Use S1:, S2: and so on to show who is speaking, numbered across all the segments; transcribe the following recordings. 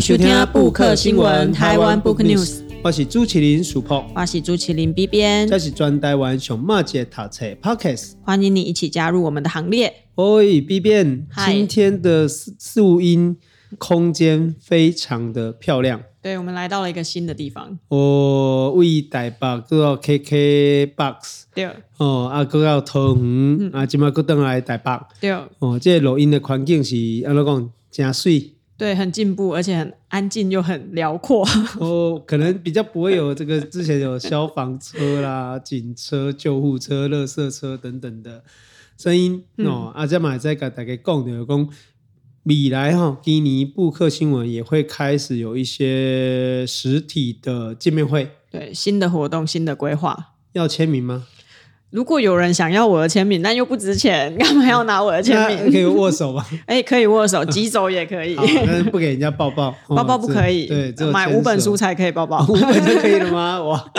S1: 收听布克新闻台湾 Book News，
S2: 我是朱麒麟 s u p
S1: 我是朱麒麟 B 边
S2: 这，是专台湾熊猫姐读册 Podcast。
S1: 欢迎你一起加入我们的行列。
S2: 喂，B 变，
S1: 嗨
S2: 今天的四录音空间非常的漂亮。
S1: 对，我们来到了一个新的地方。
S2: 我为台北搁到 KK Box，
S1: 对
S2: 哦，啊，搁到桃
S1: 嗯
S2: 园，啊，即马搁倒来台北，
S1: 对
S2: 哦，这个录音的环境是安怎讲，真水。
S1: 对，很进步，而且很安静又很辽 阔。
S2: 哦，可能比较不会有这个之前有消防车啦、警车、救护车、垃圾车等等的声音、
S1: 嗯
S2: 哦。啊，这嘛在给大家讲的，讲未来哈、基尼布克新闻也会开始有一些实体的见面会，
S1: 对，新的活动，新的规划。
S2: 要签名吗？
S1: 如果有人想要我的签名，但又不值钱， 干嘛要拿我的签
S2: 那可
S1: 名？
S2: 以握手 吗？
S1: 哎、可以握手，挤走 也 可以
S2: 好，，但是不给人家抱抱，哦
S1: 包包不可以。
S2: 只对，只有
S1: 买
S2: 牵
S1: 五本
S2: 手
S1: 书才可以 包 包。
S2: 五本就可以了 吗？哇，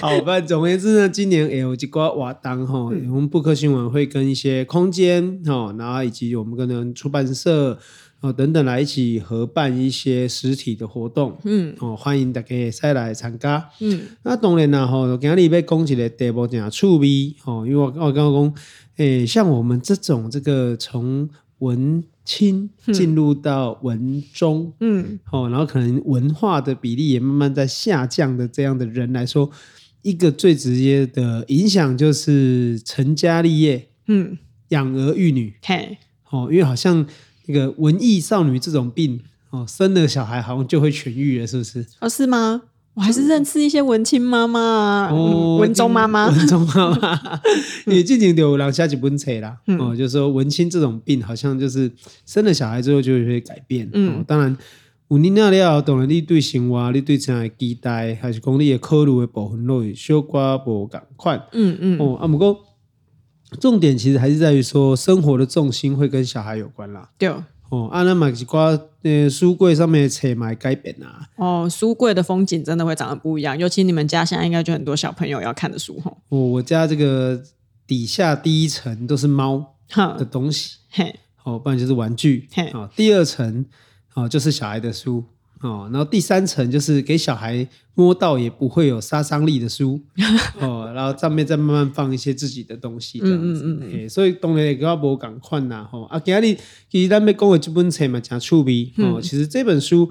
S2: 好吧。总而言之呢，今年也有一挂瓦当哈，
S1: 嗯
S2: 我们布克新闻会跟一些空间哈，然后以及我们可能出版社哦等等来一起合办一些实体的活动。
S1: 嗯
S2: 哦，欢迎大家再来参加。
S1: 嗯，
S2: 那当然啦，吼，今日要讲一个题目真趣味，吼，因为我我刚刚讲，诶、像我们这种这个从文青进入到文中，
S1: 嗯，
S2: 哦，然后可能文化的比例也慢慢在下降的这样的人来说，一个最直接的影响就是成家立业、
S1: 嗯，
S2: 养儿育女。
S1: 嘿，
S2: 哦，因为好像那个文艺少女这种病，哦，生了小孩好像就会痊愈了，是不是？
S1: 哦，是吗？我还是认识一些文青妈妈啊、嗯
S2: 哦，
S1: 文中妈 妈。
S2: 文中妈妈，也最近有人下几本册啦。
S1: 嗯
S2: 哦，就是说文青这种病，好像就是生了小孩之后就会改变。
S1: 嗯
S2: 哦、当然，有你那了，当然你对生活、你对这样的期待，还是讲你的考虑的部分，都会小寡无共款。
S1: 嗯嗯，
S2: 哦，啊，不过重点其实还是在于说，生活的重心会跟小孩有关啦。
S1: 对。
S2: 哦，啊，那买一寡呃书柜上面的册嘛会改变啊啦。
S1: 哦，书柜的风景真的会长得不一样，尤其你们家现在应该就很多小朋友要看的书吼。
S2: 哦，我家这个底下第一层都是猫的
S1: 哼，
S2: 东西。
S1: 嘿，
S2: 哦，不然就是玩具
S1: 嘿，
S2: 哦，第二层哦就是小孩的书哦，然后第三层就是给小孩摸到也不会有杀伤力的 书哦，然后上面再慢慢放一些自己的东西这样子，
S1: 嗯嗯
S2: 嘿所以当然也跟我无共款啦吼、啊，今日其实咱们讲的这本册嘛，真趣味哦，
S1: 嗯
S2: 其实这本书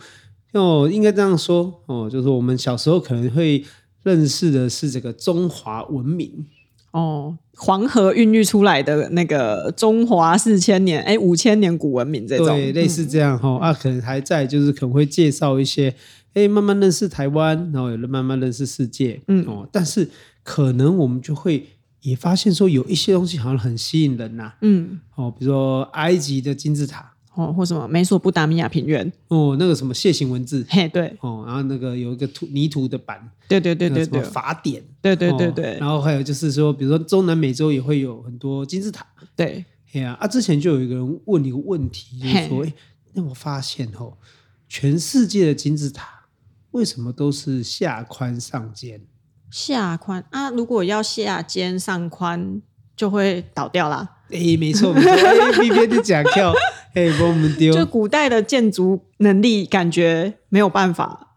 S2: 哦应该这样说哦，就是我们小时候可能会认识的是这个中华文明。
S1: 哦，黄河孕育出来的那个中华四千年，哎，五千年古文明这种，嗯
S2: 对，类似这样哈、啊，可能还在就是可能会介绍一些，哎，慢慢认识台湾，然后也慢慢认识世界，
S1: 嗯
S2: 哦，但是可能我们就会也发现说有一些东西好像很吸引人呐、
S1: 嗯，
S2: 哦，比如说埃及的金字塔，
S1: 哦，或什么美索不达米亚平原，
S2: 哦，那个什么楔形文字，
S1: 嘿，对，
S2: 哦，然后那个有一个土泥土的板，
S1: 对对对
S2: 那个
S1: 对
S2: 什么
S1: 对，
S2: 法典，
S1: 对对对
S2: 哦
S1: 对
S2: 然后还有就是说，比如说中南美洲也会有很多金字塔，
S1: 对，
S2: 哎呀、啊，之前就有一个人问一个问题，就是说，
S1: 嘿
S2: 哎，那我发现哦，全世界的金字塔为什么都是下宽上尖？
S1: 下宽啊，如果要下尖上宽，就会倒掉啦。
S2: 哎，没错没错， 哎，那边的假跳，哎，把我们
S1: 就
S2: 丢，
S1: 古代的建筑能力，感觉没有办法。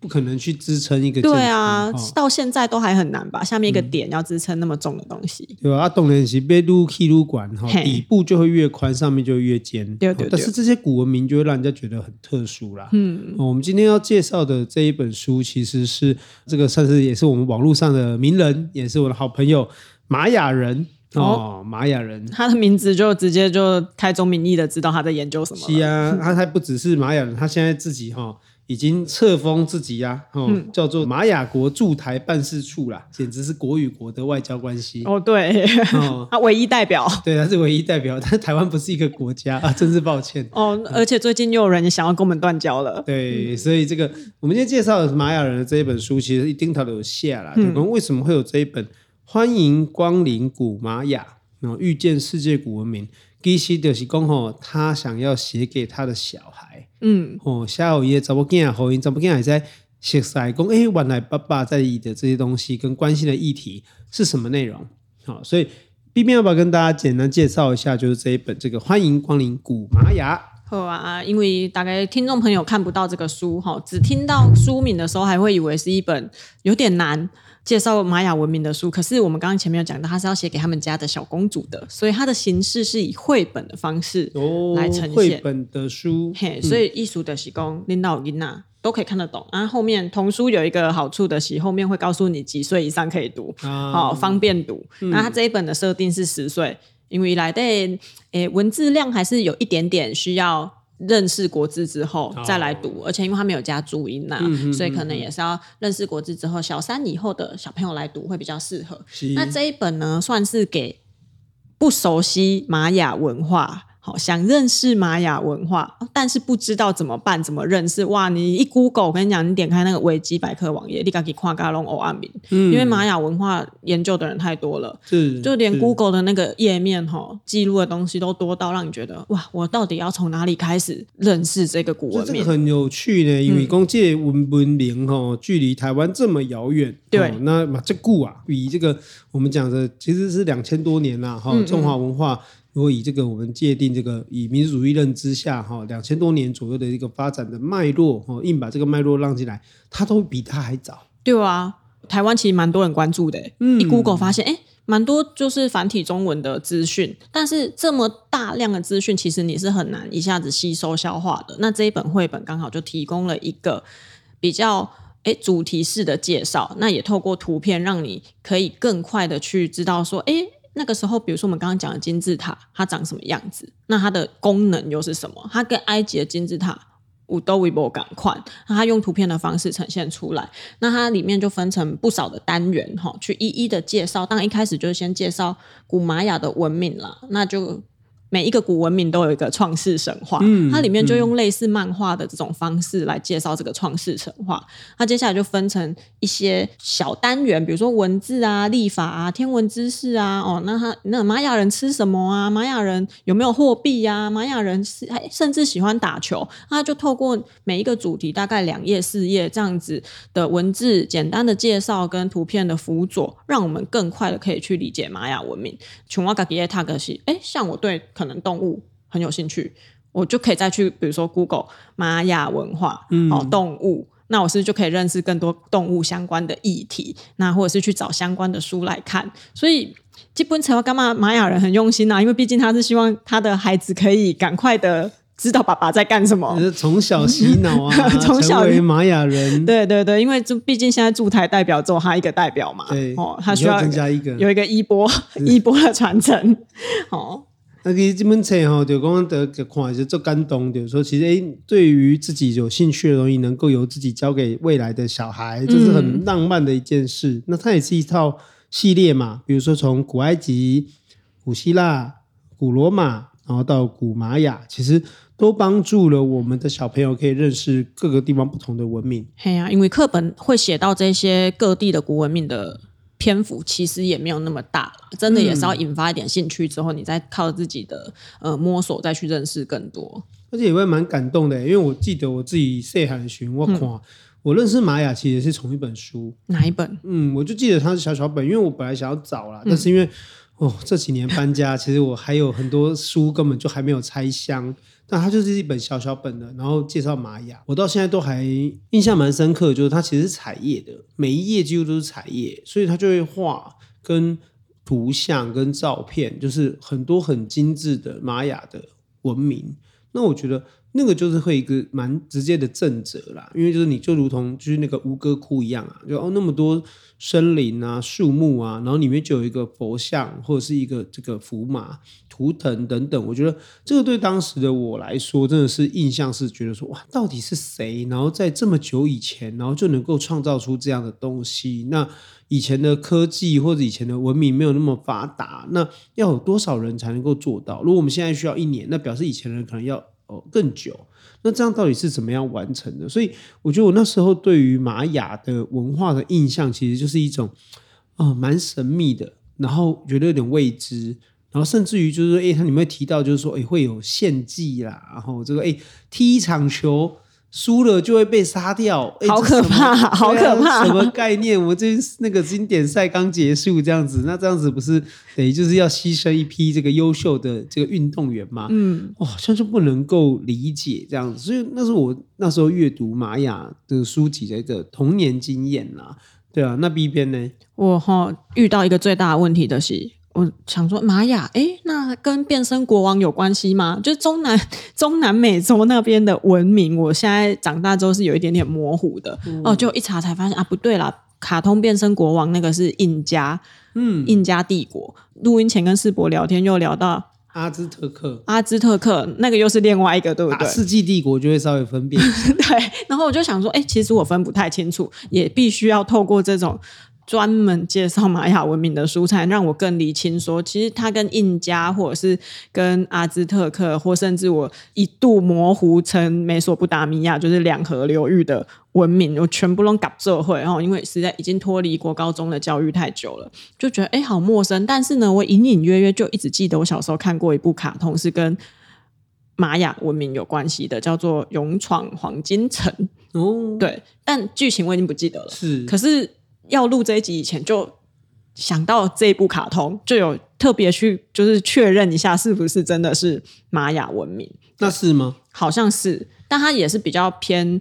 S2: 不可能去支撑一个建
S1: 对
S2: 筑
S1: 啊，
S2: 哦
S1: 到现在都还很难吧？下面一个点要支撑那么重的东西，
S2: 对吧？啊，当然是被撸起撸管哈，
S1: 嘿
S2: 底部就会越宽，上面就会越尖。
S1: 对对
S2: 哦但
S1: 对
S2: 是这些古文明就会让人家觉得很特殊啦。
S1: 嗯，
S2: 哦我们今天要介绍的这一本书，其实是这个算是也是我们网络上的名人，也是我的好朋友玛雅人哦，玛雅人。
S1: 他的名字就直接就开宗明义的知道他在研究什么
S2: 是
S1: 了。
S2: 啊，他还不只是玛雅人，他现在自己哈、哦、已经册封自己呀、哦，
S1: 嗯
S2: 叫做玛雅国驻台办事处啦，简直是国与国的外交关系。
S1: 哦，对，
S2: 哦
S1: 他唯一代表。
S2: 对，他是唯一代表，但台湾不是一个国家啊，真是抱歉。
S1: 哦，而且最近又有人想要跟我们断交了。
S2: 对，所以这个我们今天介绍的玛雅人的这一本书，其实一定它都有下啦。就讲为什么会有这一本《欢迎光临古玛雅》，然后遇见世界古文明，其实就是讲吼，他想要写给他的小孩，
S1: 嗯，
S2: 哦，下午也怎么囝，后因怎么囝还在写塞讲，诶，原来爸爸在意的这些东西跟关心的议题是什么内容？好、所以 B B 要不要跟大家简单介绍一下，就是这一本这个《欢迎光临古玛雅》。
S1: 好啊，因为大概听众朋友看不到这个书哈，只听到书名的时候，还会以为是一本有点难介绍玛雅文明的书。可是我们刚刚前面有讲到，它是要写给他们家的小公主的，所以它的形式是以绘本的方式
S2: 哦，
S1: 来呈
S2: 绘
S1: 现。
S2: 本的书，
S1: 嘿，所以艺术的喜功，领导琳娜都可以看得懂。然后后面童书有一个好处的是，后面会告诉你几岁以上可以读。
S2: 啊，
S1: 好、方便读。那它这一本的设定是十岁，因为来的诶文字量还是有一点点需要。认识国字之后再来读，而且因为它没有加注音呐、所以可能也是要认识国字之后，小三以后的小朋友来读会比较适合。
S2: 是
S1: 那这一本呢，算是给不熟悉玛雅文化，好想认识玛雅文化，但是不知道怎么办、怎么认识。哇，你一 Google，我跟你讲，你点开那个维基百科网页，立刻给跨嘎隆欧阿明，
S2: 嗯
S1: 因为玛雅文化研究的人太多了，
S2: 是
S1: 就连
S2: 是
S1: Google 的那个页面哈、记录的东西都多到让你觉得哇，我到底要从哪里开始认识这个古
S2: 这
S1: 文
S2: 这
S1: 明
S2: 个？很有趣呢，因为讲这个文文明哦，距离台湾这么遥远，
S1: 嗯对
S2: 哦那嘛这故啊，以这个我们讲的其实是两千多年啦，哈、
S1: 嗯
S2: 中华文化。如果以这个我们界定这个以民族主义认知下哈，两千多年左右的一个发展的脉络哦，硬把这个脉络让进来，它都比它还早。
S1: 对啊，台湾其实蛮多人关注的、欸。一 Google 发现，哎、蛮多就是繁体中文的资讯，但是这么大量的资讯，其实你是很难一下子吸收消化的。那这一本绘本刚好就提供了一个比较。哎，主题式的介绍，那也透过图片让你可以更快的去知道说，哎，那个时候，比如说我们刚刚讲的金字塔，它长什么样子，那它的功能又是什么？它跟埃及的金字塔五都维博赶快，那它用图片的方式呈现出来。那它里面就分成不少的单元哈，去一一的介绍。当然一开始就是先介绍古玛雅的文明啦，那就每一个古文明都有一个创世神话，它里面就用类似漫画的这种方式来介绍这个创世神话。它接下来就分成一些小单元，比如说文字啊、历法啊、天文知识啊。哦，那他那玛雅人吃什么啊？玛雅人有没有货币啊？玛雅人是还甚至喜欢打球，那他就透过每一个主题大概两页四页这样子的文字简单的介绍跟图片的辅佐，让我们更快的可以去理解玛雅文明。琼瓦嘎吉耶塔格西，哎，像我对可能动物很有兴趣，我就可以再去，比如说 Google 玛雅文化，嗯，哦，动物，那我是不是就可以认识更多动物相关的议题，那或者是去找相关的书来看，所以。基本才要干嘛？玛雅人很用心啊，因为毕竟他是希望他的孩子可以赶快的知道爸爸在干什么
S2: 呃。从小洗脑啊，
S1: 哦 从小
S2: 成为玛雅人，
S1: 对对对，因为就毕竟现在驻台代表只有他一个代表嘛，
S2: 对
S1: 哦，他
S2: 你
S1: 需要
S2: 增加一个
S1: 有一个衣钵衣钵的传承， 哦，
S2: 那其实这本册吼，就讲得看也是做感动，就是说其实诶、对于自己有兴趣的东西，能够由自己交给未来的小孩，这是很浪漫的一件事。那它也是一套系列嘛，比如说从古埃及、古希腊、古罗马，然后到古玛雅，其实都帮助了我们的小朋友可以认识各个地方不同的文明。
S1: 嘿呀、因为课本会写到这些各地的古文明的篇幅，其实也没有那么大啦，真的也是要引发一点兴趣之后，你再靠自己的呃摸索再去认识更多。
S2: 而且也会蛮感动的，因为我记得我自己细汉时候，我看、我认识玛雅其实也是从一本书。
S1: 哪一本？
S2: 嗯，我就记得它是小小本，因为我本来想要找啦，但是因为、哦这几年搬家，其实我还有很多书根本就还没有拆箱。但它就是一本小小本的，然后介绍玛雅，我到现在都还印象蛮深刻，就是它其实是彩页的，每一页几乎都是彩页，所以它就会画跟图像跟照片，就是很多很精致的玛雅的文明。那我觉得那个就是会一个蛮直接的正则啦，因为就是你就如同就是那个吴哥窟一样啊，就哦那么多森林啊、树木啊，然后里面就有一个佛像或者是一个这个符码、图腾等等。我觉得这个对当时的我来说，真的是印象是觉得说哇，到底是谁？然后在这么久以前，然后就能够创造出这样的东西，那。以前的科技或者以前的文明没有那么发达，那要有多少人才能够做到？如果我们现在需要一年，那表示以前的人可能要哦更久。那这样到底是怎么样完成的？所以我觉得我那时候对于玛雅的文化的印象，其实就是一种啊、呃蛮神秘的，然后觉得有点未知。然后甚至于就是说，哎，他里面提到就是说，哎，会有献祭啦，然后这个哎，踢一场球，输了就会被杀掉，诶
S1: 好
S2: 这是
S1: 可怕
S2: 什么
S1: 好
S2: 对啊
S1: 可怕
S2: 什么概念？我们这那个经典赛刚结束这样子，那这样子不是等于就是要牺牲一批这个优秀的这个运动员吗？
S1: 嗯，
S2: 哇，好像就不能够理解这样子，所以那是我那时候阅读玛雅的书籍的一个童年经验啦。对啊，那 B 边呢？
S1: 我哈、遇到一个最大的问题的是。我想说，玛雅，诶，那跟变身国王有关系吗？就是中南 中南美洲那边的文明，我现在长大之后是有一点点模糊的。哦，就一查才发现啊，不对啦，卡通变身国王那个是印加，
S2: 嗯，
S1: 印加帝国。录音前跟世博聊天，又聊到
S2: 阿兹特克，
S1: 阿兹特克，那个又是另外一个，对不
S2: 打
S1: 对？
S2: 世纪帝国就会稍微分辨一下
S1: 对，然后我就想说，哎、其实我分不太清楚，也必须要透过这种专门介绍玛雅文明的书，才能让我更理清说，其实它跟印加或者是跟阿兹特克，或甚至我一度模糊成美索不达米亚，就是两河流域的文明，我全部都搞社会，然后因为实在已经脱离国高中的教育太久了，就觉得哎、诶好陌生。但是呢，我隐隐约约就一直记得我小时候看过一部卡通，是跟玛雅文明有关系的，叫做《勇闯黄金城》。
S2: 哦。，
S1: 对，但剧情我已经不记得了。
S2: 是，
S1: 可是要录这一集以前，就想到这一部卡通，就有特别去就是确认一下是不是真的是玛雅文明，
S2: 那是吗？
S1: 好像是，但它也是比较偏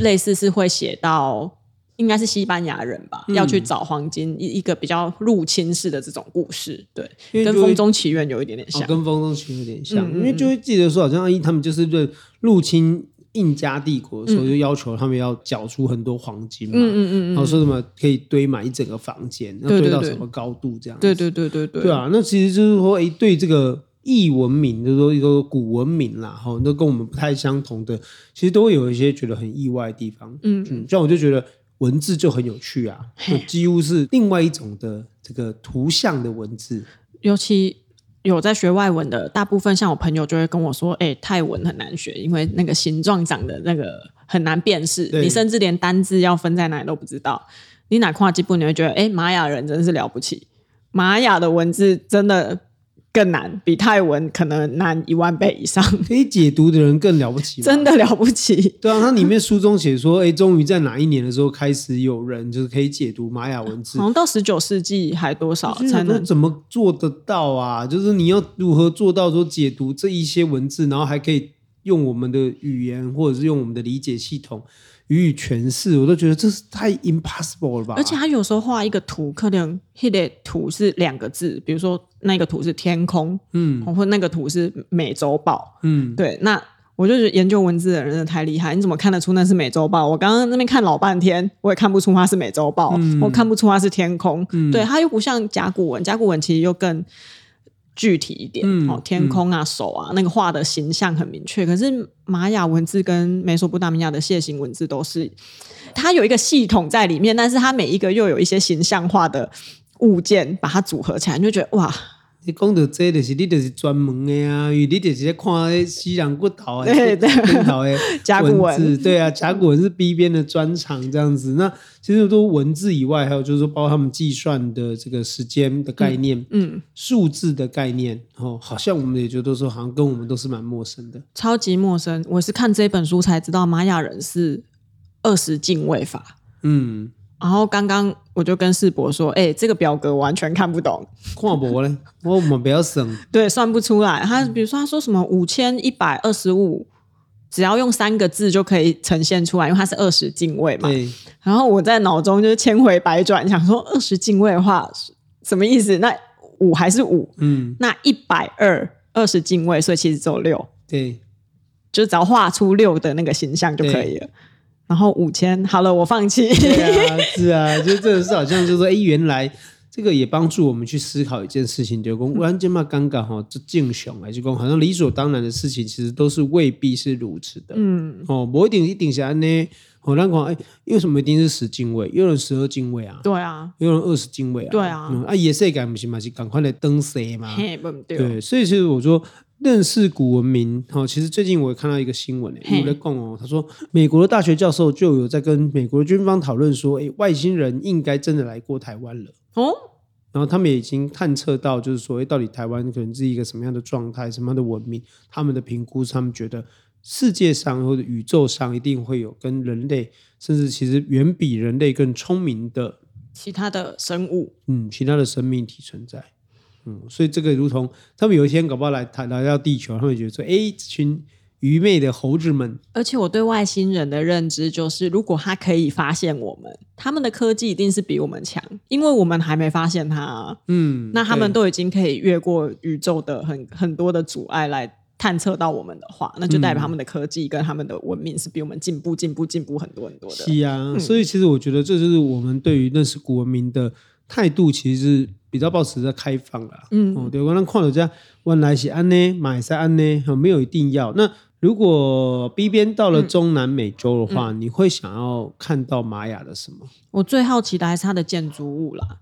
S1: 类似是会写到。应该是西班牙人
S2: 嗯
S1: 吧，要去找黄金，一一个比较入侵式的这种故事，对，
S2: 因为
S1: 跟
S2: 就
S1: 《
S2: 会
S1: 风中奇缘》有一点点
S2: 哦
S1: 像，，
S2: 跟风中情有点像，
S1: 嗯嗯
S2: 因为就会记得说，好像哎他们就是对入侵印加帝国的时候，就要求他们要缴出很多黄金嘛，
S1: 嗯嗯嗯
S2: 然后说什么可以堆满一整个房间，要
S1: 对
S2: 堆
S1: 对
S2: 到
S1: 对
S2: 什么高度这样子。
S1: 嗯，对对对对对，
S2: 对啊，那其实就是说，哎，对这个异文明，就是说一个古文明啦，哈，那跟我们不太相同的，其实都会有一些觉得很意外的地方。
S1: 嗯
S2: 嗯，像我就觉得文字就很有趣啊，
S1: 嘿
S2: 几乎是另外一种的这个图像的文字。
S1: 尤其有在学外文的，大部分像我朋友就会跟我说：“哎、泰文很难学，因为那个形状长的那个很难辨识，
S2: 对
S1: 你甚至连单字要分在哪里都不知道。你哪跨几步，你会觉得，哎、玛雅人真是了不起，玛雅的文字真的更难，比泰文可能难 一万倍以上，
S2: 可以解读的人更了不起，
S1: 真
S2: 的。
S1: 的了不起。
S2: 对啊，它里面书中写说，哎，终于在哪一年的时候开始有人就是可以解读玛雅文字
S1: 好，像到十九世纪还多少
S2: 就是
S1: 才
S2: 想说
S1: 能？
S2: 怎么做得到啊？就是你要如何做到说解读这一些文字，然后还可以用我们的语言或者是用我们的理解系统予以诠释，我都觉得这是太 impossible 了吧？
S1: 而且他有时候画一个图，可能那个图是两个字，比如说那个图是天空，
S2: 嗯
S1: 或或那个图是美洲豹。
S2: 嗯，
S1: 对，那我就觉得研究文字的人真的太厉害，你怎么看得出那是美洲豹？我刚刚那边看老半天，我也看不出它是美洲豹，
S2: 嗯
S1: 我看不出它是天空。
S2: 嗯
S1: 对，它又不像甲骨文，甲骨文其实又更具体一点、
S2: 嗯
S1: 哦，天空啊、手啊，那个画的形象很明确。可是玛雅文字跟美索不达米亚的楔形文字都是，它有一个系统在里面，但是它每一个又有一些形象化的物件把它组合起来，你就觉得哇。
S2: 你讲到这就是你就是专门的啊，因为你就是在看那西洋骨头啊，
S1: 对对
S2: 骨头的
S1: 甲骨文
S2: 字，对啊，甲骨文是 B 边的专长这样子。那其实都文字以外，还有就是说包括他们计算的这个时间的概念，
S1: 嗯，
S2: 数字的概念，哦，好像我们也觉得说，好像跟我们都是蛮陌生的。
S1: 超级陌生。我是看这本书才知道玛雅人是二十进位法。
S2: 嗯，
S1: 然后刚刚我就跟世博说：“哎、这个表格完全看不懂，
S2: 跨博嘞，我们不要 省，
S1: 对，算不出来。他比如说他说什么五千一百二十五，只要用三个字就可以呈现出来，因为它是二十进位嘛。
S2: 对，
S1: 然后我在脑中就是千回百转，想说二十进位的话什么意思？那五还是五？
S2: 嗯，
S1: 那一百二二十进位，所以其实只有六。
S2: 对，
S1: 就只要画出六的那个形象就可以了。然后五千，好了，我放弃。
S2: 对啊，是啊，就这个是好像就是说，哎，原来这个也帮助我们去思考一件事情，就讲突然间嘛，尴尬哈，这敬雄啊，就讲好像理所当然的事情，其实都是未必是如此的。
S1: 嗯，
S2: 哦，不一定一定是安呢。哦，咱讲哎，为什么一定是十进位？有人十二进位啊，
S1: 对啊，
S2: 有人二十进位啊。
S1: 对啊
S2: 嗯、啊，也是感不行嘛，是赶快来登谁嘛。
S1: 嘿，不对哦，
S2: 啊对，所以其实我说认识古文明，哦，其实最近我也看到一个新闻、欸，
S1: 嘿
S2: 有在讲哦，他说美国的大学教授就有在跟美国的军方讨论说，诶，外星人应该真的来过台湾了。
S1: 哦，
S2: 然后他们也已经探测欸到，就是说，诶，到底台湾可能是一个什么样的状态，什么样的文明？他们的评估是，他们觉得世界上或者宇宙上一定会有跟人类，甚至其实远比人类更聪明的，
S1: 其他的生物，
S2: 嗯，其他的生命体存在。嗯，所以这个如同他们有一天搞不好来来来到地球，他们会觉得说，哎，这群愚昧的猴子们，
S1: 而且我对外星人的认知就是，如果他可以发现我们，他们的科技一定是比我们强，因为我们还没发现他、啊。
S2: 嗯，
S1: 那他
S2: 对
S1: 们都已经可以越过宇宙的很很多的阻碍来探测到我们的话，那就
S2: 嗯
S1: 代表他们的科技跟他们的文明是比我们进步、进步、进步很多很多的。
S2: 是啊，所以其实我觉得这就是我们对于认识古文明的态度，其实是比较保持着开放啦。
S1: 嗯
S2: 哦，对，我们看到这样，原来是安呢，马来西亚安呢，哦没有一定要。那如果 B 边到了中南美洲的
S1: 嗯
S2: 话，你会想要看到玛雅的什么？
S1: 我最好奇的还是它的建筑物啦，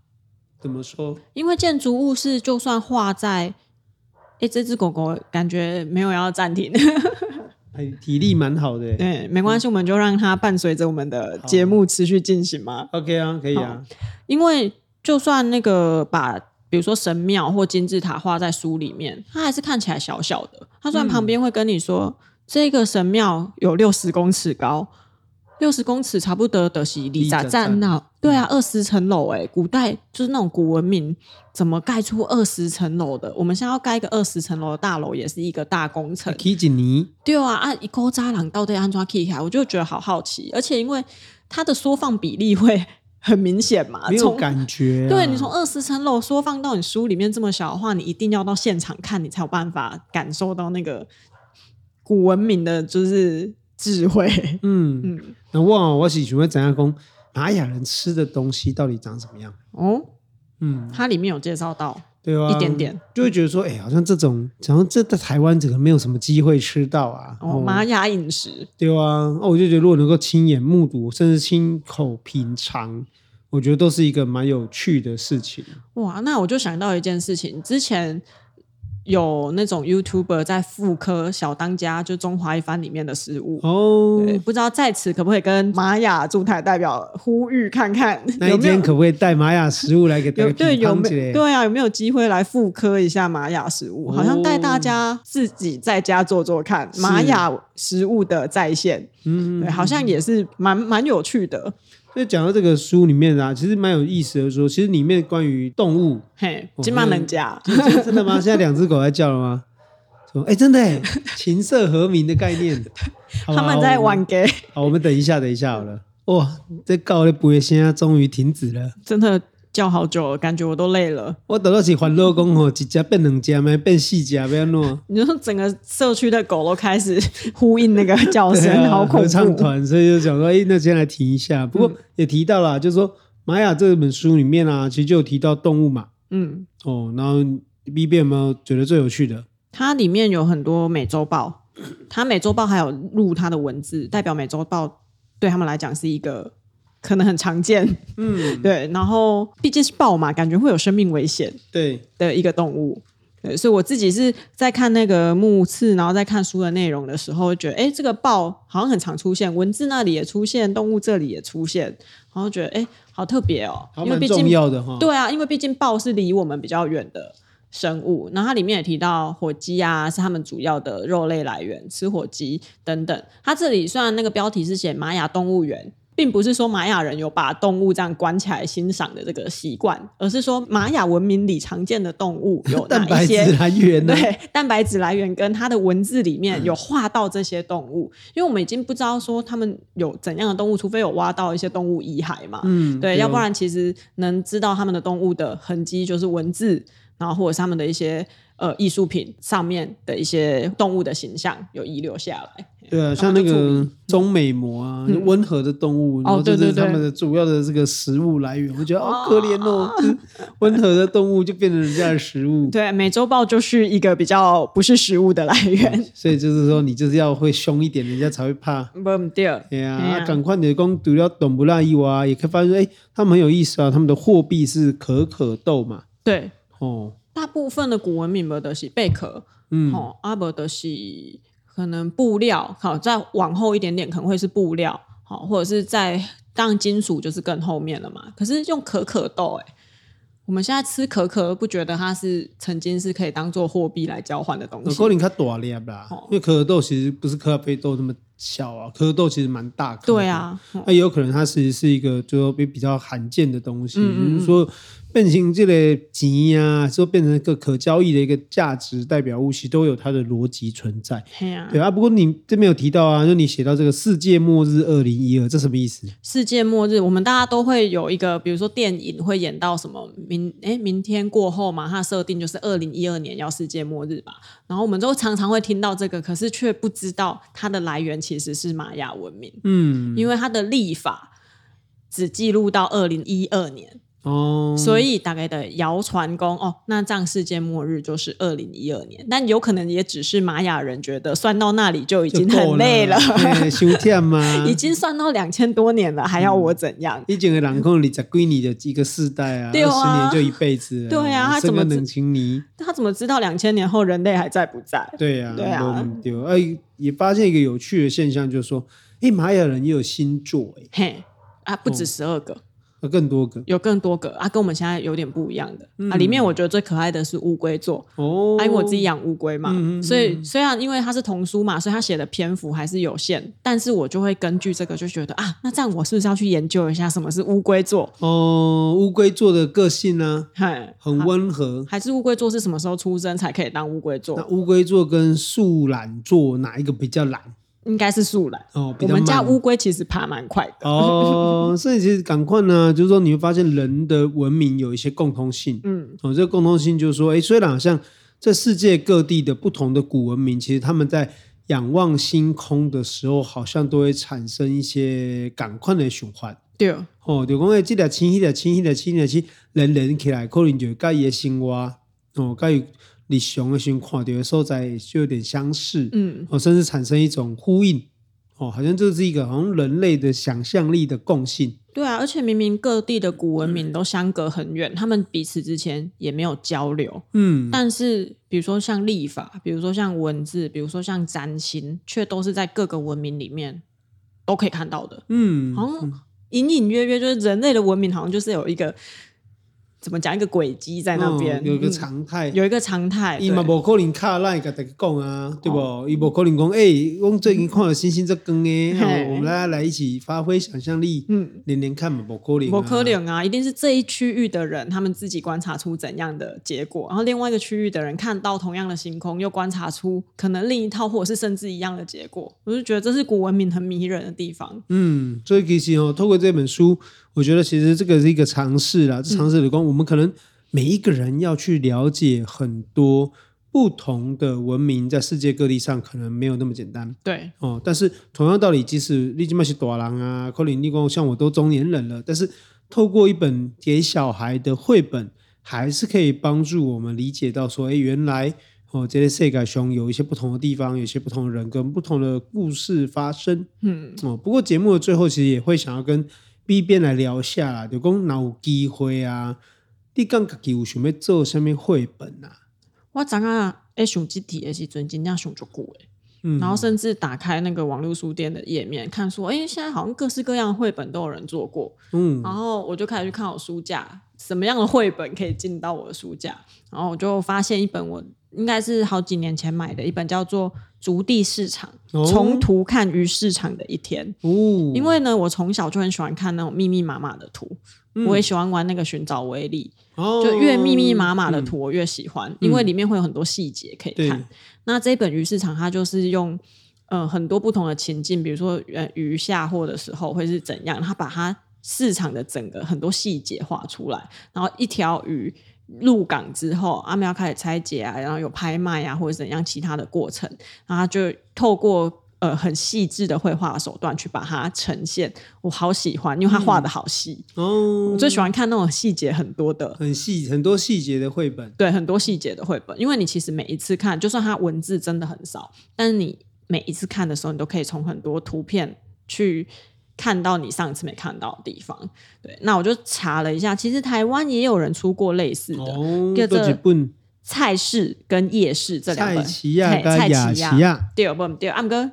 S2: 怎么说？
S1: 因为建筑物是就算画在，哎，这只狗狗感觉没有要暂停， 嗯
S2: 哎，体力蛮好的、
S1: 对，没关系，我们就让它伴随着我们的节目持续进行嘛。
S2: OK 啊，可以啊，
S1: 因为就算那个把比如说神庙或金字塔画在书里面，它还是看起来小小的。它虽然
S2: 嗯
S1: 旁边会跟你说、这个神庙有六十公尺高，六十公尺差不多的是里
S2: 二
S1: 扎
S2: 十
S1: 站
S2: 层
S1: 那，对
S2: 嗯
S1: 啊，二十层楼哎，古代就是那种古文明怎么盖出二十层楼的？我们现在要盖一个二十层楼的大楼，也是一个大工程。
S2: 提吉尼，
S1: 对啊，啊，一口渣郎到底安装 key 卡，我就觉得好好奇，而且因为它的缩放比例会 很明显嘛，
S2: 没有
S1: 从
S2: 感觉啊、
S1: 对你从二十层楼缩放到你书里面这么小的话，你一定要到现场看，你才有办法感受到那个古文明的，就是智 慧。
S2: 嗯，
S1: 嗯，
S2: 那我我是想要怎样讲玛雅人吃的东西到底长什么样？
S1: 哦，
S2: 嗯，
S1: 它里面有介绍到，
S2: 对啊，
S1: 一点点，
S2: 就会觉得说，哎、好像这种，好像这在台湾整个没有什么机会吃到啊。
S1: 哦，玛雅饮食，
S2: 对啊，哦，我就觉得如果能够亲眼目睹，甚至亲口品尝，我觉得都是一个蛮有趣的事情。
S1: 哇，那我就想到一件事情，之前有那种 YouTuber 在复刻《小当家》就《中华一番》里面的食物。
S2: 哦，
S1: 对，不知道在此可不可以跟玛雅驻台代表呼吁看看，
S2: 那
S1: 有
S2: 一
S1: 没有
S2: 天可不可以带玛雅食物来给大
S1: 有
S2: 家
S1: 对
S2: 品
S1: 有
S2: 尝
S1: 没
S2: 起来？
S1: 对啊有没有机会来复刻一下玛雅食物？好像带大
S2: 哦
S1: 家自己在家做做看玛
S2: 是
S1: 雅食物的再现，
S2: 嗯，
S1: 对，好像也是蛮蛮有趣的。
S2: 所以讲到这个书里面啊，其实蛮有意思的说，其实里面关于动物，
S1: 嘿，
S2: 哦
S1: 金马
S2: 那
S1: 人家
S2: 真的吗？现在两只狗在叫了吗？说，哎、真的耶，琴瑟和鸣的概念，好吧
S1: 他们在。
S2: 我
S1: 玩 gay，
S2: 好，我们等一下，等一下好了。哇，这告的补夜现在终于停止了。
S1: 真的叫好久了，感觉我都累了。
S2: 我等到是欢乐讲吼，一家变两家咩，变四家要弄。
S1: 你说整个社区的狗都开始呼应那个叫
S2: 对
S1: 声，
S2: 啊
S1: 好 恐
S2: 合唱
S1: 怖。嗯
S2: 团，所以就想说，哎、那先来停一下。不过也提到了，就是说玛雅这本书里面啊，其实就有提到动物嘛。
S1: 嗯，
S2: 哦，然后 B B 有没有觉得最有趣的？
S1: 它里面有很多美洲豹，它美洲豹还有录它的文字，代表美洲豹对他们来讲是一个可能很常见，
S2: 嗯，
S1: 对，然后毕竟是豹嘛，感觉会有生命危险
S2: 对，
S1: 的一个动物。对，所以我自己是在看那个目次，然后在看书的内容的时候，觉得哎，诶这个豹好像很常出现，文字那里也出现，动物这里也出现，然后觉得哎，诶好特别哦，
S2: 好
S1: 因为
S2: 蛮
S1: 毕
S2: 重
S1: 竟
S2: 要的哈。
S1: 对啊，因为毕竟豹是离我们比较远的生物，然后它里面也提到火鸡啊是它们主要的肉类来源，吃火鸡等等。它这里虽然那个标题是写玛雅动物园。并不是说玛雅人有把动物这样关起来欣赏的这个习惯，而是说玛雅文明里常见的动物有
S2: 蛋
S1: 哪
S2: 白
S1: 一
S2: 质
S1: 些？
S2: 来源呢、
S1: 对，蛋白质来源跟它的文字里面有画到这些动物，因为我们已经不知道说他们有怎样的动物，除非有挖到一些动物遗骸嘛。
S2: 嗯，
S1: 对，要不
S2: 哦
S1: 然其实能知道他们的动物的痕迹，就是文字，然后或者是他们的一些呃艺术品上面的一些动物的形象有遗留下来。
S2: 对啊，
S1: 后
S2: 像那
S1: 就注
S2: 个中美貘啊，
S1: 嗯
S2: 温和的动物，然后这是他们的主要的这个食物来源。我觉得好可怜哦，温和的动物就变成人家的食物。
S1: 对，美洲豹就是一个比较不是食物的来源。
S2: 所以就是说，你就是要会凶一点，人家才会怕。
S1: 不对，
S2: 哎呀，
S1: 哎呀
S2: 啊赶快你光读了懂不拉伊娃，也可以发现，哎，他们很有意思啊，他们的货币是可可豆嘛，
S1: 对，
S2: 哦，
S1: 大部分的古文明不的是贝壳，
S2: 嗯，
S1: 哦，阿伯的是可能布料，好，再往后一点点可能会是布料，好，或者是在当然金属就是更后面了嘛。可是用可可豆、欸，我们现在吃可可，不觉得它是曾经是可以当做货币来交换的东
S2: 那
S1: 西
S2: 可？能较大粒啦，
S1: 哦
S2: 因为可可豆其实不是可可贝豆那么小啊，可可豆其实蛮大颗。
S1: 对，啊，嗯
S2: 那也有可能它其实是一个就比比较罕见的东西，
S1: 嗯嗯嗯
S2: 就是说变成这类钱啊，说变成一个可交易的一个价值代表物，其实都有它的逻辑存在。
S1: 嘿呀、
S2: 对啊，不过你这边有提到啊，就你写到这个世界末日二零一二，这什么意思？
S1: 世界末日，我们大家都会有一个，比如说电影会演到什么明哎明天过后嘛，它的设定就是二零一二年要世界末日吧。然后我们都常常会听到这个，可是却不知道它的来源其实是玛雅文明，
S2: 嗯，
S1: 因为它的历法只记录到二零一二年，
S2: 哦，
S1: 所
S2: 以
S1: 以大概的谣传功哦，那这样世界末日就是二零一二年，但有可能也只是玛雅人觉得算到那里就已经很累了，。
S2: 休假欸嘛
S1: 已经算到两千多年了，还要我怎样？
S2: 以前的人可能二十几年的一个世代啊，
S1: 对
S2: 二十
S1: 啊
S2: 年就一辈子了。
S1: 对啊他
S2: 这
S1: 怎
S2: 个
S1: 么知
S2: 冷清你？
S1: 他怎么知道两千年后人类还在不在？
S2: 对啊，
S1: 对啊
S2: 丢。哎，也发现一个有趣的现象，就是说，哎，玛雅人也有星座，哎，
S1: 嘿，啊，不止十二个，
S2: 有啊更多个
S1: 有更多个啊，跟我们现在有点不一样的、啊。里面我觉得最可爱的是乌龟座，
S2: 哦。
S1: 啊，因为我自己养乌龟嘛，
S2: 嗯嗯嗯
S1: 所以虽然因为它是童书嘛，所以它写的篇幅还是有限，但是我就会根据这个就觉得啊，那这样我是不是要去研究一下什么是乌龟座？
S2: 哦，乌龟座的个性呢，
S1: 嘿，
S2: 很
S1: 啊
S2: 温和。
S1: 还是乌龟座是什么时候出生才可以当乌龟
S2: 那
S1: 座？
S2: 乌龟座跟树懒座哪一个比较懒？
S1: 应该是树懒。
S2: 哦，比
S1: 我
S2: 较
S1: 们家
S2: 慢
S1: 乌龟其实爬蛮快的，
S2: 哦，所以其实赶快呢，就是说你会发现人的文明有一些共通性。
S1: 嗯，
S2: 哦，这个共通性就是说，哎，虽然好像这世界各地的不同的古文明，其实他们在仰望星空的时候，好像都会产生一些感快的循环。
S1: 对，
S2: 哦，就讲诶，即条青，迄条青，迄条青，迄条青，人连起来，可能就甲伊的生活，哦，甲伊日常的时候看到的所在，就有点相似。
S1: 嗯，
S2: 哦，甚至产生一种呼应，哦，好像这是一个好像人类的想象力的共性，
S1: 对啊，而且明明各地的古文明都相隔很远，他们彼此之前也没有交流，
S2: 嗯，
S1: 但是比如说像历法，比如说像文字，比如说像占星，却都是在各个文明里面都可以看到的，
S2: 嗯，
S1: 好像隐隐约约就是人类的文明好像就是有一个怎么讲一个轨迹在那边，
S2: 哦有一个
S1: 嗯
S2: 常态。
S1: 有一个常态，
S2: 伊嘛
S1: 哎对哦
S2: 无可能卡赖甲大家讲啊，对不？伊无可能讲，诶，我最近看到星星这光诶，
S1: 嘿
S2: 哦我们大家来一起发挥想象力，
S1: 嗯。
S2: 连连看嘛，无可能啊，
S1: 我可怜啊，一定是这一区域的人，他们自己观察出怎样的结果，然后另外一个区域的人看到同样的星空，又观察出可能另一套或者是甚至一样的结果。我就觉得这是古文明很迷人的地方。
S2: 嗯，所以其实哦，透过这本书，我觉得其实这个是一个尝试
S1: 嗯
S2: 啦。这尝试的光，我们可能每一个人要去了解很多不同的文明，在世界各地上可能没有那么简单
S1: 对，
S2: 哦。但是同样道理，即使你今麦是大人啊，可能你讲像我都中年人了，但是透过一本给小孩的绘本，还是可以帮助我们理解到说，诶，原来。哦，这些世界上有一些不同的地方，有一些不同的人跟不同的故事发生。
S1: 嗯，
S2: 哦，不过节目的最后其实也会想要跟 B 边来聊一下啦，就讲哪有机会啊？你讲自己有想要做什么绘本啊？
S1: 我早上哎想这题的时阵，真正想就久哎，
S2: 嗯，
S1: 然后甚至打开那个网络书店的页面看说，哎，现在好像各式各样的绘本都有人做过，
S2: 嗯
S1: 然后我就开始去看我书架，什么样的绘本可以进到我的书架。然后我就发现一本我应该是好几年前买的一本叫做《竹地市场：
S2: 哦
S1: 从图看鱼市场的一天》。
S2: 哦，
S1: 因为呢，我从小就很喜欢看那种密密麻麻的图，
S2: 嗯
S1: 我也喜欢玩那个寻找威力，
S2: 哦嗯
S1: 就越密密麻麻的图我越喜欢，因为里面会有很多细节可以看。
S2: 对
S1: 那这一本鱼市场它就是用呃很多不同的情境，比如说呃鱼下货的时候会是怎样，它把它市场的整个很多细节画出来，然后一条鱼。入港之后，阿喵开始拆解啊，然后有拍卖啊，或者怎样其他的过程，然后它就透过呃很细致的绘画手段去把它呈现。我好喜欢，因为它画的好细，
S2: 哦
S1: 我，最喜欢看那种细节很多的
S2: 很细很多细节的绘本，
S1: 对很多细节的绘本，因为你其实每一次看，就算它文字真的很少，但是你每一次看的时候，你都可以从很多图片去看到你上次没看到的地方。对，那我就查了一下，其实台湾也有人出过类似的
S2: 哦，
S1: 叫做
S2: 做一本
S1: 菜市跟夜市这两
S2: 蔡
S1: 本，
S2: 奇亚
S1: 嘿
S2: 跟
S1: 蔡
S2: 雅
S1: 奇亚
S2: 奇亚，
S1: 第二本第二，阿姆哥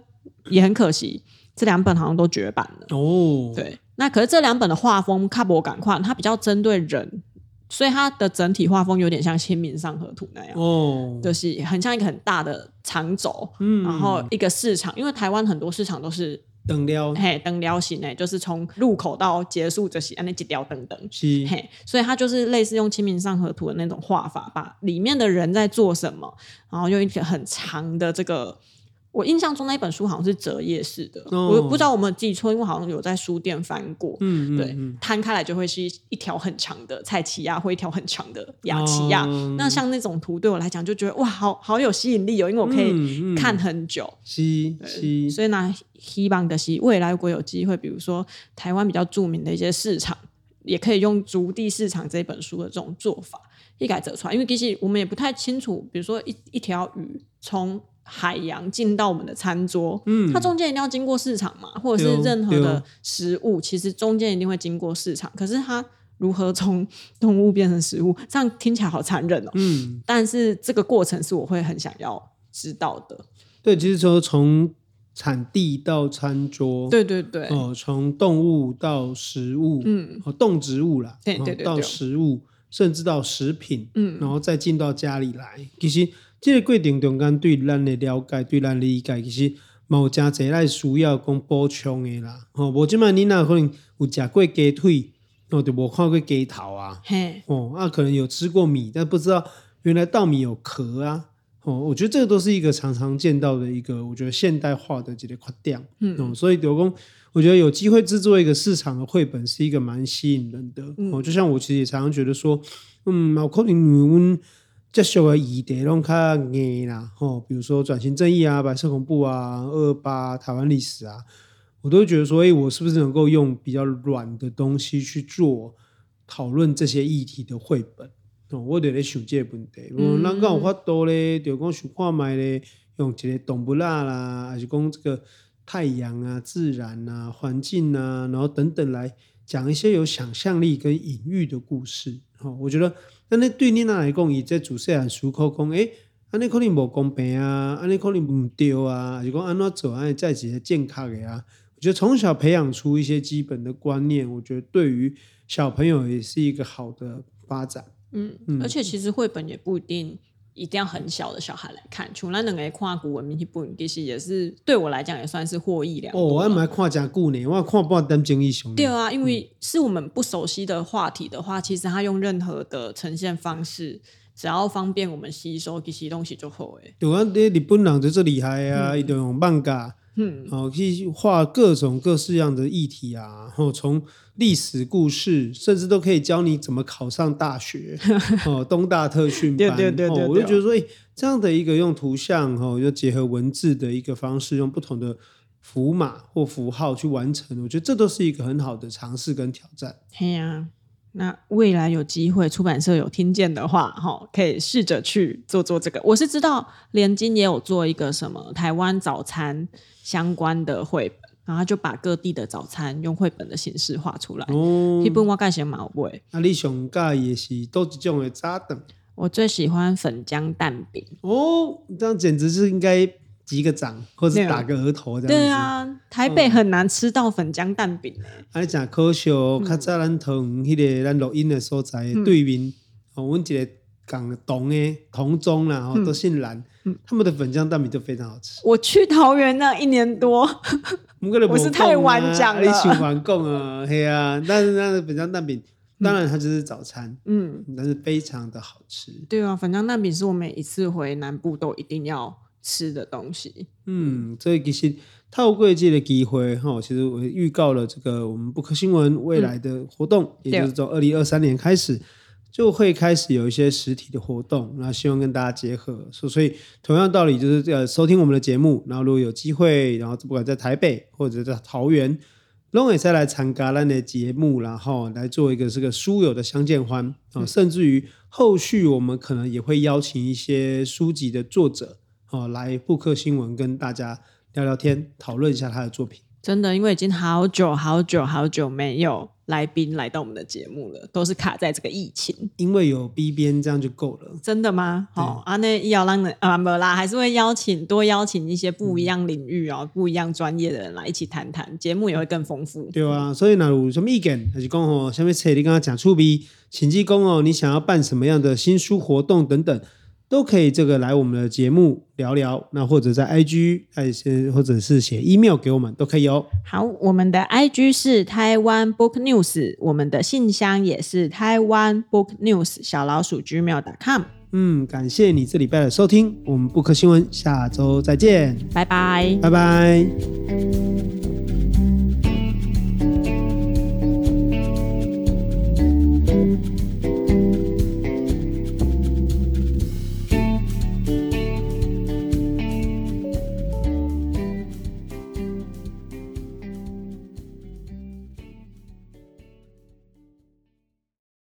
S1: 也很可惜，这两本好像都绝版了。
S2: 哦，，
S1: 对，那可是这两本的画风，卡博赶快，它比较针对人所以它的整体画风有点像《清明上河图》那样，
S2: 哦，
S1: 就是很像一个很大的长轴，
S2: 嗯
S1: 然后一个市场，因为台湾很多市场都是
S2: 等了
S1: 嘿灯撩型诶，就是从入口到结束这些，那几条灯灯。
S2: 是
S1: 嘿，所以它就是类似用《清明上河图》的那种画法，把里面的人在做什么，然后用一个很长的这个。我印象中那一本书好像是折页式的，
S2: 哦
S1: 我不知道我有没有记错，因为好像有在书店翻过。
S2: 嗯，嗯
S1: 对
S2: 嗯，
S1: 摊开来就会是一条很长的菜奇亚，或一条很长的啊雅奇亚。
S2: 哦
S1: 那像那种图对我来讲就觉得哇，好好有吸引力哦，因为我可以
S2: 嗯嗯
S1: 看很久。
S2: 是是，
S1: 所以呢，希望的是未来如果有机会，比如说台湾比较著名的一些市场，也可以用《足地市场》这本书的这种做法一改则传，因为其实我们也不太清楚，比如说一一条鱼从海洋进到我们的餐桌，
S2: 嗯
S1: 它中间一定要经过市场嘛，或者是
S2: 对哦
S1: 任何
S2: 对
S1: 的
S2: 哦
S1: 食物，其实中间一定会经过市场，可是它如何从动物变成食物，这样听起来好残忍哦。
S2: 嗯，
S1: 但是这个过程是我会很想要知道的，
S2: 对，其实说从产地到餐桌，
S1: 对对对，
S2: 哦，从动物到食物，
S1: 嗯。
S2: 哦，动植物啦，
S1: 对
S2: 哦
S1: 对对
S2: 到
S1: 对
S2: 食物，甚至到食品，
S1: 嗯
S2: 然后再进到家里来。其实这个过程中间对咱的了解，对咱的理解，其实嘛有真侪咱需要讲补充的啦。哦，无即摆你若可能有食过鸡腿，哦，就无看过鸡头啊。
S1: 嘿，
S2: 哦，那、可能有吃过米，但不知道原来稻米有壳啊。哦，我觉得这个都是一个常常见到的一个，我觉得现代化的这个缺点。
S1: 嗯
S2: 哦，所以刘工，我觉得有机会制作一个市场的绘本是一个蛮吸引人的。
S1: 嗯
S2: 哦，就像我其实也常常觉得说，嗯，有可能因为阮接受的议题拢较硬啦，吼、比如说转型正义啊、白色恐怖啊、二二八、台湾历史啊，我都会觉得说，哎、我是不是能够用比较软的东西去做讨论这些议题的绘本？哦，我就咧想这个问题，我
S1: 嗯
S2: 咱敢有法度咧，就讲想看卖咧，用一个动物啦啦，还是讲这个太阳啊、自然啊、环境啊，然后等等来讲一些有想象力跟隐喻的故事。哦，我觉得那那对你那来讲，伊在主细汉思考讲，诶、安尼可能无公平啊，安尼可能毋对啊，还是讲安怎做安尼才是健康的啊。我觉得从小培养出一些基本的观念，我觉得对于小朋友也是一个好的发展。
S1: 嗯，
S2: 嗯
S1: 而且其实绘本也不一定一定要很小的小孩来看，像咱两个跨古文明去本其实也是对我来讲也算是获益良
S2: 哦，我
S1: 多
S2: 还
S1: 啦。
S2: 蛮看真久呢，我看半点钟以上呢。
S1: 对啊，因为是我们不熟悉的话题的话，其实它用任何的呈现方式，只要方便我们吸收，其实东西就好诶。
S2: 对啊，你日本人就这厉害啊，伊、就用漫画，
S1: 嗯，
S2: 哦，去画各种各式样的议题啊，然后从历史故事，甚至都可以教你怎么考上大 学，哦，东大特训班，
S1: 对对对对
S2: 哦，我就
S1: 对
S2: 觉得说，哎、这样的一个用图像，哦，又结合文字的一个方式，用不同的符码或符号去完成，我觉得这都是一个很好的尝试跟挑战。
S1: 嘿呀、那未来有机会，出版社有听见的话，哈、可以试着去做做这个。我是知道联经也有做一个什么台湾早餐相关的绘本，然后就把各地的早餐用绘本的形式画出来。
S2: 哦
S1: 哎一，本我盖写毛味，
S2: 啊，你上介也是多一种的早顿。
S1: 我最喜欢粉浆蛋饼。
S2: 哦，这样简直是应该击个掌，或者打个额头这样子。
S1: 啊对，啊，台北很难吃到粉浆蛋饼、欸。
S2: 啊，你讲可惜
S1: 嗯
S2: 哦，较早咱桃园迄个咱录音的所在的对面，哦，阮一个港同的同宗啦，
S1: 嗯
S2: 哦，都姓蓝，他们的粉浆蛋饼就非常好吃。
S1: 我去桃园那一年多，
S2: 不过就没
S1: 我是太
S2: 讲啊
S1: 晚讲了
S2: 啊你想晚讲 啊，嘿啊，但是那个粉浆蛋饼，当然它就是早餐，
S1: 嗯，
S2: 但是非常的好吃。
S1: 对啊，粉浆蛋饼是我每一次回南部都一定要吃的东西。
S2: 嗯，所以其实透过这个机会哈，其实我预告了这个我们不科新闻未来的活动，也就是从二零二三年开始。就会开始有一些实体的活动，然后希望跟大家结合。所所以同样道理就是呃收听我们的节目，然后如果有机会，然后不管在台北或者在桃园，拢会再来参加咱的节目，然后来做一个这个书友的相见欢啊、哦甚至于后续我们可能也会邀请一些书籍的作者啊、哦来布克新闻跟大家聊聊天，讨论一下他的作品。
S1: 真的，因为已经好久好久好久没有来宾来到我们的节目了，都是卡在这个疫情。
S2: 因为有 B 边这样就够了。
S1: 真的吗？好、啊，那要让人啊，没啦，还是会邀请多邀请一些不一样领域哦、不一样专业的人来一起谈谈，节目也会更丰富。
S2: 对啊，所以若有什么意见，还是讲哦，下面扯你刚刚讲趣味，请记讲哦，你想要办什么样的新书活动等等，都可以这个来我们的节目聊聊。那或者在 IG，哎，是或者是写 email 给我们都可以哦。
S1: 好，我们的 IG 是台湾 Book News，我们的信箱也是台湾 Book News 小老鼠 gmail.com，
S2: 嗯，感谢你这礼拜的收听，我们不科新闻下周再见，
S1: 拜拜。
S2: 拜拜。